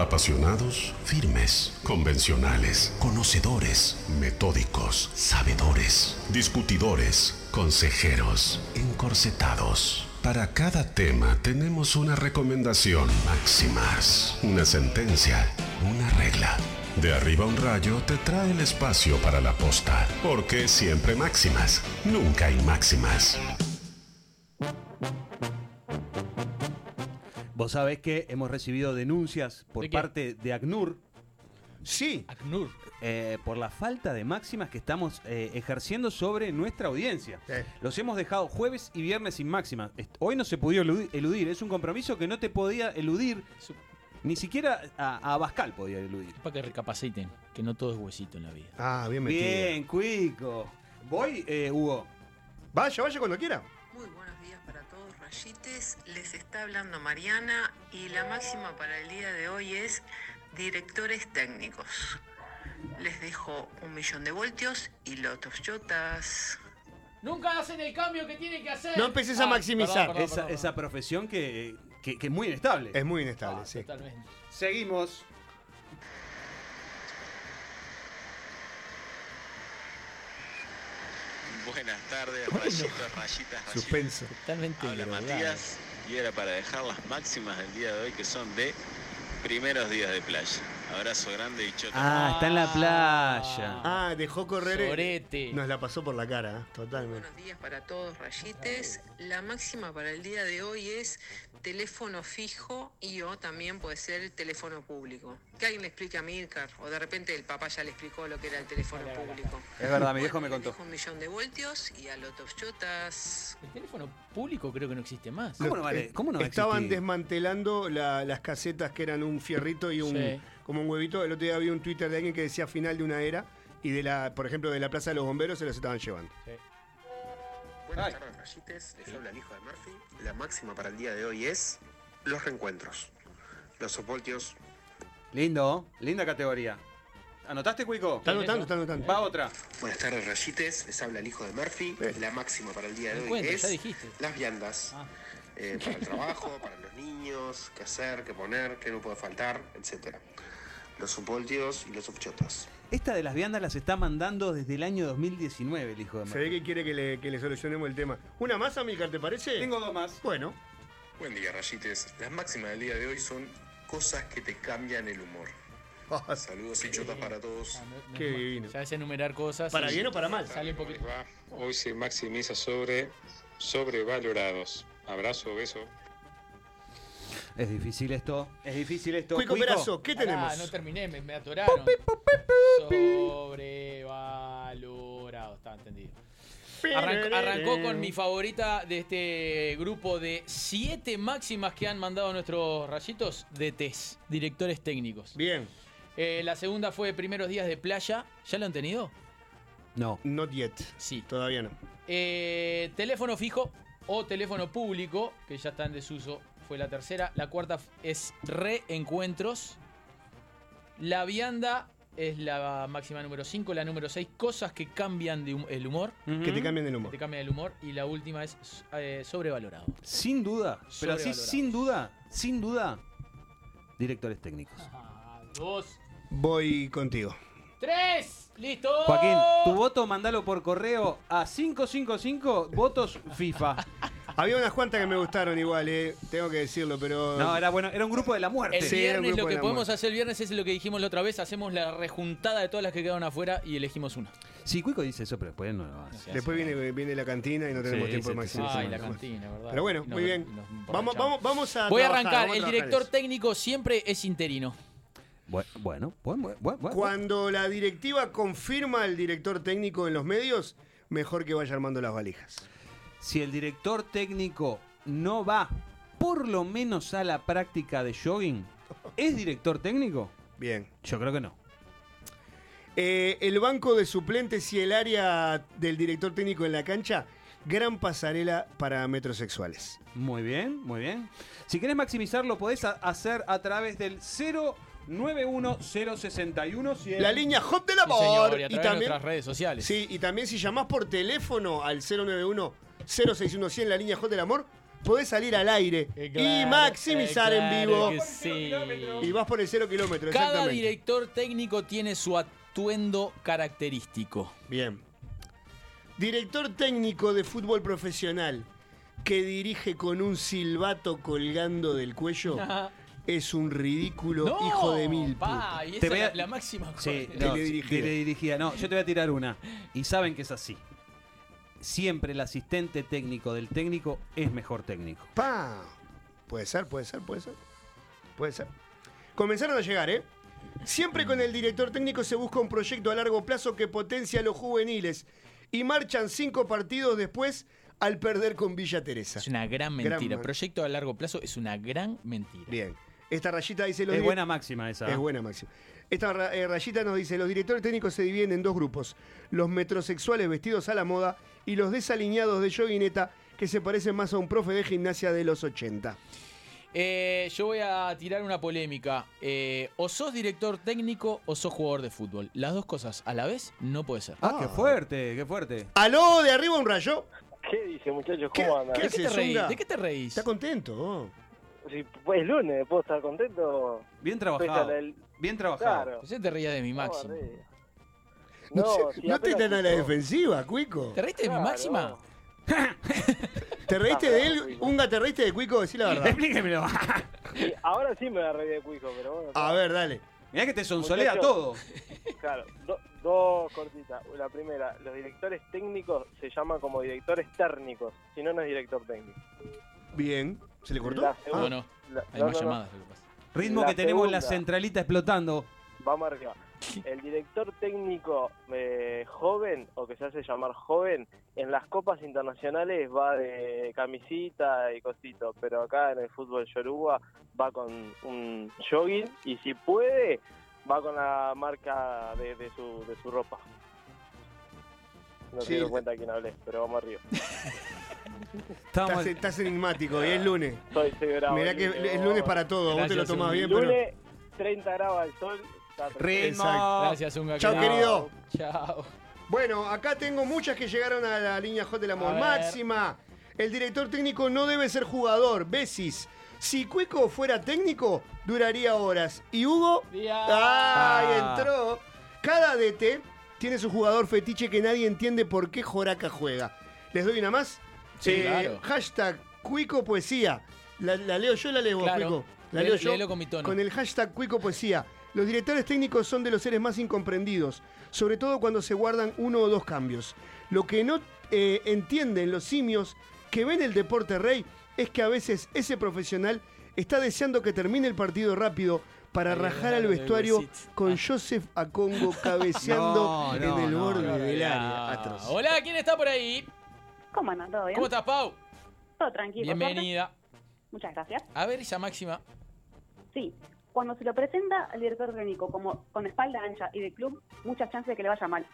Apasionados, firmes, convencionales, conocedores, metódicos, sabedores, discutidores, consejeros, encorsetados. Para cada tema tenemos una recomendación máximas, una sentencia, una regla. De arriba un rayo te trae el espacio para la posta, porque siempre máximas, nunca hay máximas. Vos sabés que hemos recibido denuncias por ¿De qué? parte de ACNUR Sí, ACNUR. eh, por la falta de máximas que estamos eh, ejerciendo sobre nuestra audiencia. Sí. Los hemos dejado jueves y viernes sin máximas. Est- Hoy no se pudo eludi- eludir, es un compromiso que no te podía eludir, Su- ni siquiera a, a Abascal podía eludir. Para que recapaciten, que no todo es huesito en la vida. Ah, bien metido. Bien, Cuico. Voy, eh, Hugo. Vaya, vaya cuando quiera. Muy buenos días para todos, rayites. Les está hablando Mariana y la máxima para el día de hoy es directores técnicos. Les dejo un millón de voltios y lotos chotas. Nunca hacen el cambio que tienen que hacer. Ah, No empieces a maximizar. perdón, Esa, esa profesión que, que- que es muy inestable. Es muy Ah, inestable, sí. Totalmente. Seguimos. Buenas tardes, rayitos, rayitas, rayitas. Suspenso. Totalmente. Habla drogado. Matías y era para dejar las máximas del día de hoy que son de primeros días de playa. Abrazo grande y chota. Ah, está en la playa. Ah, dejó correr. el- Sorete. Nos la pasó por la cara, ¿eh? totalmente. Buenos días para todos, rayites. La máxima para el día de hoy es teléfono fijo y o también puede ser teléfono público. Que alguien le explique a Mircar o de repente el papá ya le explicó lo que era el teléfono público. Es verdad, mi viejo me Bueno, les contó. dejo Un millón de voltios y a lotos chotas. El teléfono público creo que no existe más. ¿Cómo no vale? Eh, ¿Cómo no va a Estaban existir? desmantelando la- las casetas que eran un fierrito y un Sí. como un huevito. El otro día había un Twitter de alguien que decía final de una era y de la, por ejemplo, de la Plaza de los Bomberos se los estaban llevando. Ay. Buenas tardes, rayites. Les habla el hijo de Murphy. La máxima para el día de hoy es los reencuentros. Los soportios Lindo, linda categoría. ¿Anotaste, Cuico? Están notando, están notando. Va otra. Buenas tardes, rayites. Les habla el hijo de Murphy. Eh. La máxima para el día de hoy Encuentro, ya es dijiste. las viandas. Ah. Eh, para el trabajo, para los niños, qué hacer, qué poner, qué no puede faltar, etc. Los soportios y los subchotas. Esta de las viandas las está mandando desde el año 2019 el hijo de Se Martín. ve que quiere que le, que le solucionemos el tema. ¿Una más, Amílcar, te parece? Tengo dos más. Bueno, Buen día, rayites. Las máximas del día de hoy son cosas que te cambian el humor. Saludos y chotas para todos. Ah, no- no Qué es mal. divino. Sabes enumerar cosas. para y bien o para mal. Sale un poquito. Hoy se maximiza sobre sobrevalorados. Abrazo, beso. Es difícil esto. Es difícil esto. Cuico Cuico. Perazo, ¿qué Pará, tenemos? Ah, no terminé, me, me atoraron. Sobrevalorados, está entendido. Arranc- Eh, arrancó con mi favorita de este grupo de siete máximas que han mandado nuestros rayitos de test, directores técnicos. Bien, Eh, la segunda fue primeros días de playa. ¿Ya lo han tenido? No. not yet. Sí. Todavía no. Eh, teléfono fijo o teléfono público, que ya está en desuso, fue la tercera. La cuarta f- es reencuentros. La vianda es la máxima número 5. La número 6, cosas que cambian de hum- el humor. Que te Ujú. cambien el Que humor. te cambian el humor. Y la última es eh, sobrevalorado. Sin duda. Pero así, Sobrevalorado. sin duda. Sin duda. Directores técnicos. dos, Voy contigo. tres. ¡Listo! Joaquín, tu voto mandalo por correo a 555 votos FIFA. Había unas cuantas que me gustaron igual, eh. Tengo que decirlo, pero. No, era bueno, era un grupo de la muerte. El Sí, era un viernes, lo grupo de que la podemos muerte. hacer el viernes es lo que dijimos la otra vez. Hacemos la rejuntada de todas las que quedaron afuera y elegimos una. Sí, Cuico dice eso, pero después no lo hace. Después viene, viene la cantina y no tenemos Sí, tiempo de sí, sí, sí, maximizar. Ay, la Bueno. cantina, ¿verdad? Pero bueno, Y nos- muy bien. y nos Vamos, emborrachamos. vamos, vamos a. Voy a trabajar, arrancar. vamos a El trabajar director eso. técnico siempre es interino. Bueno, bueno, bueno, bueno, bueno. Cuando la directiva confirma al director técnico en los medios, mejor que vaya armando las valijas. si el director técnico no va por lo menos a la práctica de jogging, ¿es director técnico? Bien. Yo creo que no. Eh, el banco de suplentes y el área del director técnico en la cancha, gran pasarela para metrosexuales. Muy bien, muy bien. Si querés maximizarlo, podés a- hacer a través del 091061100. La línea hot del Sí, amor. señor, y a través de nuestras redes sociales. Sí, y también si llamás por teléfono al 091 061 100 la línea J del Amor, podés salir al aire Eh, y claro, maximizar eh, en claro vivo. que sí. Y vas por el cero kilómetro, Cada exactamente. director técnico tiene su atuendo característico. Bien. Director técnico de fútbol profesional que dirige con un silbato colgando del cuello es un ridículo hijo de mil pa, putas. y Te esa voy es a- la, la máxima Sí, cosa. no, Teledirigida. teledirigida. No, yo te voy a tirar una. Y saben que es así. Siempre el asistente técnico del técnico es mejor técnico. Pa. Puede ser, puede ser, puede ser. Puede ser. Comenzaron a llegar, ¿eh? Siempre con el director técnico se busca un proyecto a largo plazo que potencia a los juveniles y marchan cinco partidos después al perder con Villa Teresa. Es una gran Gran mentira. man- Proyecto a largo plazo es una gran mentira. Bien. Esta rayita dice los Es di- buena máxima esa. Es buena, Máximo. Esta ra- eh, rayita nos dice, los directores técnicos se dividen en dos grupos, los metrosexuales vestidos a la moda y los desaliñados de joguineta que se parecen más a un profe de gimnasia de los 80. Eh, yo voy a tirar una polémica. Eh, o sos director técnico o sos jugador de fútbol. Las dos cosas a la vez no puede ser. Ah, qué fuerte, qué fuerte. ¿Aló de arriba un rayo? ¿Qué dice, muchachos? ¿Qué- ¿Cómo andan? qué ¿De qué, te haces, reís? Zunga? ¿De qué te reís? ¿Está contento? oh? Si, pues, es lunes, ¿puedo estar contento? Bien Pese a trabajado. la del- Bien trabajado. Claro. ¿Por qué te reías de mi máxima? No, re. No, No, sé, si no te apenas dan a la hizo- defensiva, Cuico. ¿Te reíste de mi Claro. máxima? ¿Te reíste Ah, de él? Cuico. Unga, ¿te reíste de Cuico? Decí la verdad. Explíquemelo. Sí, ahora sí me agarré de cuico, pero bueno. A claro. ver, dale. Mirá que te sonsolea Muchachos. todo. Claro, do- dos cortitas. La primera, los directores técnicos se llaman como directores térnicos, si no, no es director técnico. Bien. ¿Se le cortó? La Ah, segunda- Bueno, la- hay no, más no, no. llamadas. lo que pasa. Ritmo La que tenemos en la segunda. centralita explotando. Vamos arriba. El director técnico eh, joven, o que se hace llamar joven, en las copas internacionales va de camisita y cosito, pero acá en el fútbol yoruba va con un jogging y si puede va con la marca de, de su, de su ropa. No Sí. se dieron cuenta de quién hablé, pero vamos arriba. Estábamos- estás, estás enigmático y es lunes. Soy, soy bravo. Mirá que lunes, es vamos lunes arriba. para todo. Vos te lo Gracias, tomás bien, pero... Lunes, 30 grados al sol. está perfecto. Ritmo. Exacto. Gracias, Unga. Chao, querido. Chao. Bueno, acá tengo muchas que llegaron a la línea J del A amor. ver. Máxima. El director técnico no debe ser jugador. Besis. Si Cuico fuera técnico, duraría horas. ¿Y Hugo? Días. ¡Ay, Ah. entró! Cada DT tiene su jugador fetiche que nadie entiende por qué Joraca juega. ¿Les doy una más? Eh, Sí, claro. Hashtag Cuico Poesía. La, la leo yo, la leo vos, Claro. Cuico. La Lé- leo yo. léelo con mi tono. el hashtag Cuico Poesía. Los directores técnicos son de los seres más incomprendidos, sobre todo cuando se guardan uno o dos cambios. Lo que no eh, entienden los simios que ven el deporte rey es que a veces ese profesional está deseando que termine el partido rápido para Ahí, rajar ahí, al ahí, vestuario ahí, sí. con Joseph Acongo cabeceando Ah. No, no, en el no, borde no, del Ah, área. Atroz. Hola, ¿quién está por ahí? ¿Cómo andan? ¿Todo bien? ¿Cómo estás, Pau? Todo tranquilo. ¿Suerte? Bienvenida. Muchas gracias. A ver, esa máxima. Sí, cuando se lo presenta al director técnico como con espalda ancha y de club, muchas chances de que le vaya mal.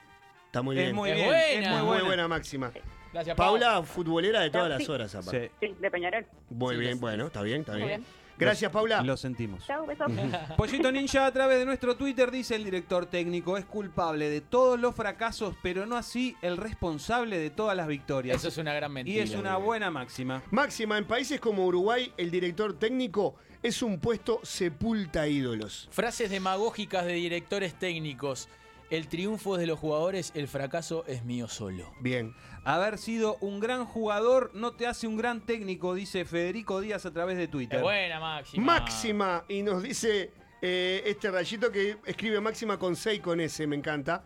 Está muy bien. Es muy Es bien. buena. Es muy Muy buena. buena máxima. Eh, Gracias, Pau. Paula, futbolera de todas Sí. las horas, aparte. Sí, Sí, de Peñarol. Muy Sí, bien, sí, bueno, está bien, está Muy bien. bien. Gracias, Paula. lo sentimos. Chao, besos. Pollito Ninja a través de nuestro Twitter dice el director técnico es culpable de todos los fracasos, pero no así el responsable de todas las victorias. Eso es una gran y mentira. es una buena máxima. Máxima, en países como Uruguay, el director técnico es un puesto sepulta ídolos. Frases demagógicas de directores técnicos. El triunfo es de los jugadores, el fracaso es mío solo. Bien. Haber sido un gran jugador no te hace un gran técnico, dice Federico Díaz a través de Es Twitter. buena, máxima. Máxima, y nos dice eh, este rayito que escribe Máxima con 6 con S, me encanta.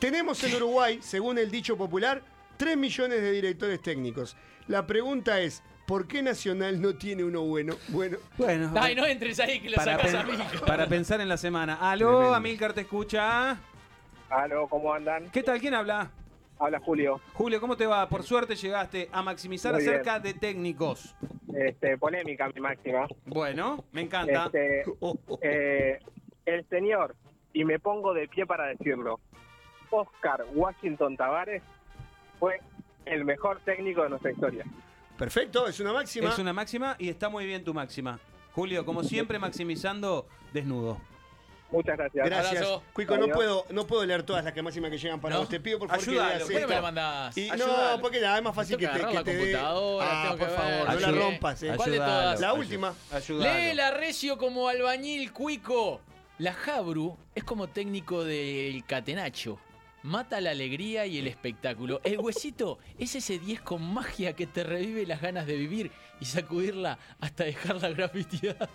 Tenemos en Uruguay, según el dicho popular, 3 millones de directores técnicos. La pregunta es, ¿por qué Nacional no tiene uno bueno? Bueno, Bueno, Ay, no entres ahí que lo para, sacas pen- a mí. para pensar en la semana. Aló, Tremendo. Amilcar, te escucha. Aló, ¿cómo andan? ¿Qué tal? ¿Quién habla? Habla Julio. Julio, ¿cómo te va? Por suerte llegaste a maximizar Muy bien. acerca de técnicos. Este, polémica mi máxima. Bueno, me encanta. Oh, Este, eh, el señor, y me pongo de pie para decirlo, Oscar Washington Tavares fue el mejor técnico de nuestra historia. perfecto, es una máxima. Es una máxima y está muy bien tu máxima. Julio, como siempre, maximizando desnudo. Muchas gracias. Gracias. Abrazo. Cuico, no Adiós. puedo, no puedo leer todas las que máximas que llegan para ¿No? vos. Te pido, por favor, Ayúdalo, ¿por que leas qué no me esta. la mandás? Y, Ayúdalo. no, porque nada, es más fácil Tengo que que te, agarrar que la te dé- computadora, Ah, tengo por que favor, ver. no la Ayúdalo. rompas. eh. ¿Cuál de Ayúdalo, todas? La ayúdalo. última. Lee la Recio como albañil cuico. La Jabru es como técnico del catenacho. Mata la alegría y el espectáculo. El huesito es ese 10 con magia que te revive las ganas de vivir y sacudirla hasta dejarla grafiteada.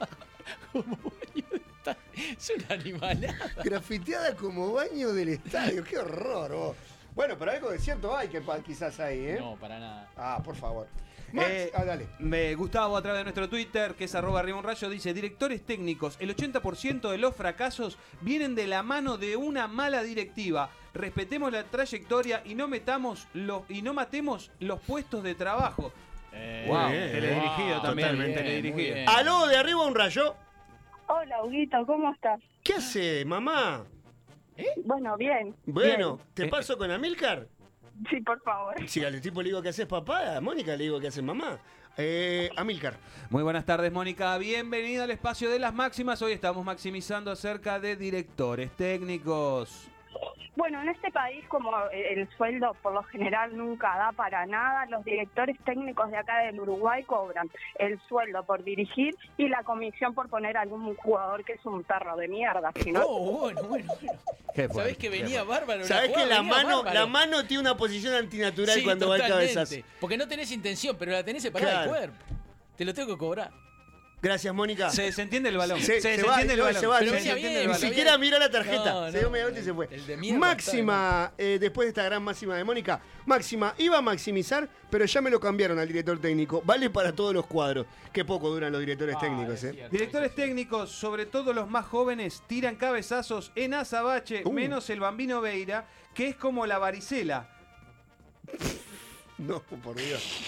Es un animal. Grafiteada como baño del estadio. Qué horror, vos. Bueno, pero algo de cierto hay que pa- quizás ahí, ¿eh? No, para nada. Ah, por favor. Max, Eh, ah, dale. me- Gustavo, a través de nuestro Twitter, que es arroba arriba un rayo, dice, directores técnicos, el 80% de los fracasos vienen de la mano de una mala directiva. Respetemos la trayectoria y no metamos los, y no matemos los puestos de trabajo. wow, Eh, bien, teledirigido wow, también, eh, totalmente. teledirigido. Aló, de arriba un rayo. Hola, Huguito, ¿cómo estás? ¿Qué hace, mamá? ¿Eh? Bueno, bien. Bueno, ¿te paso con Amilcar? Sí, por favor. Si al tipo le digo que haces papá, a Mónica le digo que haces mamá. Eh, Amilcar. Muy buenas tardes, Mónica. Bienvenida al espacio de las máximas. Hoy estamos maximizando acerca de directores técnicos. Bueno, en este país como el el sueldo por lo general nunca da para nada, los directores técnicos de acá del Uruguay cobran el sueldo por dirigir y la comisión por poner a algún jugador que es un perro de mierda, si no... Oh, bueno, bueno, bueno. Sabés que venía bárbaro. la Sabés que jugada la venía mano, bárbaro. la mano tiene una posición antinatural Sí, cuando va el totalmente. cabezazo. Porque no tenés intención, pero la tenés separada del Claro. cuerpo. Te lo tengo que cobrar. Gracias, Mónica. Se desentiende el balón. Se Se, se va, desentiende el no, balón. se va, Pero se venía desentiende bien, el balón. venía Ni bien. siquiera miró la tarjeta. No, se no, dio media vuelta y se fue. mierda máxima, eh, después de esta gran máxima de Mónica, máxima, iba a maximizar, pero ya me lo cambiaron al director técnico. Vale para todos los cuadros. Qué poco duran los directores técnicos, eh. Directores técnicos, sobre todo los más jóvenes, tiran cabezazos en azabache, menos el bambino Veira, que es como la varicela. No, por Dios.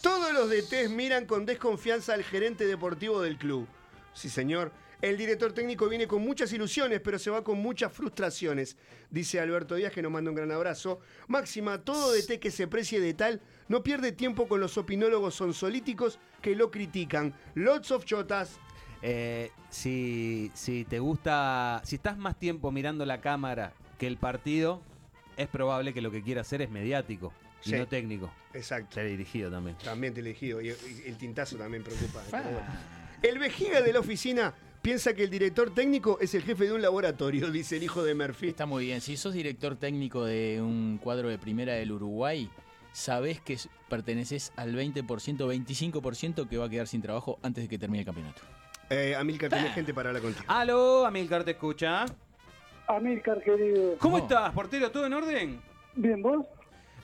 Todos los DTs miran con desconfianza al gerente deportivo del club. Sí, señor. El director técnico viene con muchas ilusiones, pero se va con muchas frustraciones. Dice Alberto Díaz, que nos manda un gran abrazo. Máxima, todo DT que se precie de tal no pierde tiempo con los opinólogos sonsolíticos que lo critican. Lots of chotas. Eh, si, si te gusta, si estás más tiempo mirando la cámara que el partido, es probable que lo que quiera hacer es mediático y Sí. no técnico. Exacto. Dirigido también. También te elegido. Y y el tintazo también preocupa. Pero bueno. El vejiga de la oficina piensa que el director técnico es el jefe de un laboratorio, dice el hijo de Murphy. Está muy bien. Si sos director técnico de un cuadro de primera del Uruguay, sabés que s- perteneces al 20%, 25% que va a quedar sin trabajo antes de que termine el campeonato. Eh, Amilcar, tiene gente para hablar Ah, contigo. Aló, Amilcar, ¿te escucha? Amilcar, querido. ¿Cómo estás, portero? ¿Todo en orden? Bien, ¿vos?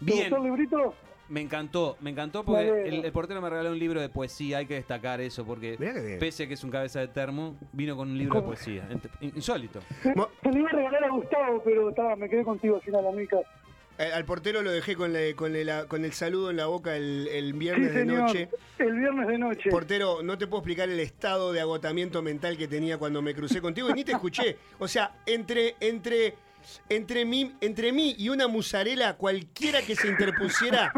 Bien. ¿Te gustó el librito? Me encantó, me encantó porque Me alegro. el, el portero me regaló un libro de poesía, hay que destacar eso, porque bien. pese a que es un cabeza de termo, vino con un libro de poesía. Ent- in- Insólito. Se lo iba a regalar a Gustavo, pero ta, me quedé contigo al final, Amilcar. Eh, al portero lo dejé con, la- con el, con el saludo en la boca el, el viernes Sí, de señor. noche. El viernes de noche. Portero, no te puedo explicar el estado de agotamiento mental que tenía cuando me crucé contigo y ni te escuché. O sea, entre, entre, entre, mí, entre mí y una musarela, cualquiera que se interpusiera,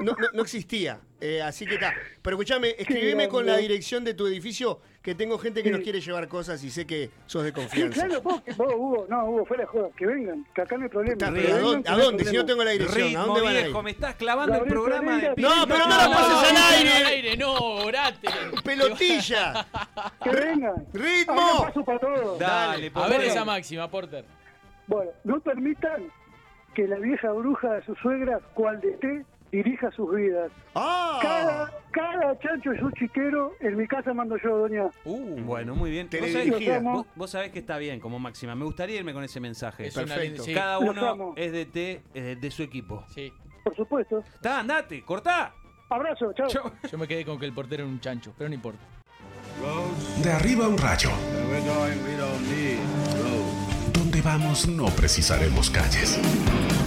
no, no- no existía. Eh, así que está. Pero escúchame, escribime con la grande. dirección de tu edificio, que tengo gente que nos quiere llevar cosas y sé que sos de Sí, confianza. claro, vos, vos, Hugo, no, Hugo, fuera de joda, que vengan, que acá no hay problema. Está, Que pero ¿a vengan, dónde- que a no hay dónde? Si problema. no tengo la dirección, ¿a dónde Ritmo van a ir? viejo, me estás clavando La el programa de referencia- pibes. No, pero no la pases al aire. No, orate. ¡Pelotilla! Que vengan. ¡Ritmo! Hay un paso para todos. Dale, A ver portero. esa máxima, Porter. Bueno, no permitan que la vieja bruja de sus suegras, cual de té, dirija sus vidas. ¡Ah! Cada, cada chancho es un chiquero, en mi casa mando yo, doña. Uh, Bueno, muy bien. Vos Teledirigida. sabés, vos- vos sabés que está bien como máxima. Me gustaría irme con ese mensaje. Es una Perfecto. linda- sí. Cada Los uno amo. es de, T, es de, de su equipo. Sí. Por supuesto. Está, andate, cortá. Abrazo, chao. Chau. Yo me quedé con que el portero era un chancho, pero no importa. De arriba un rayo. Donde vamos no precisaremos calles.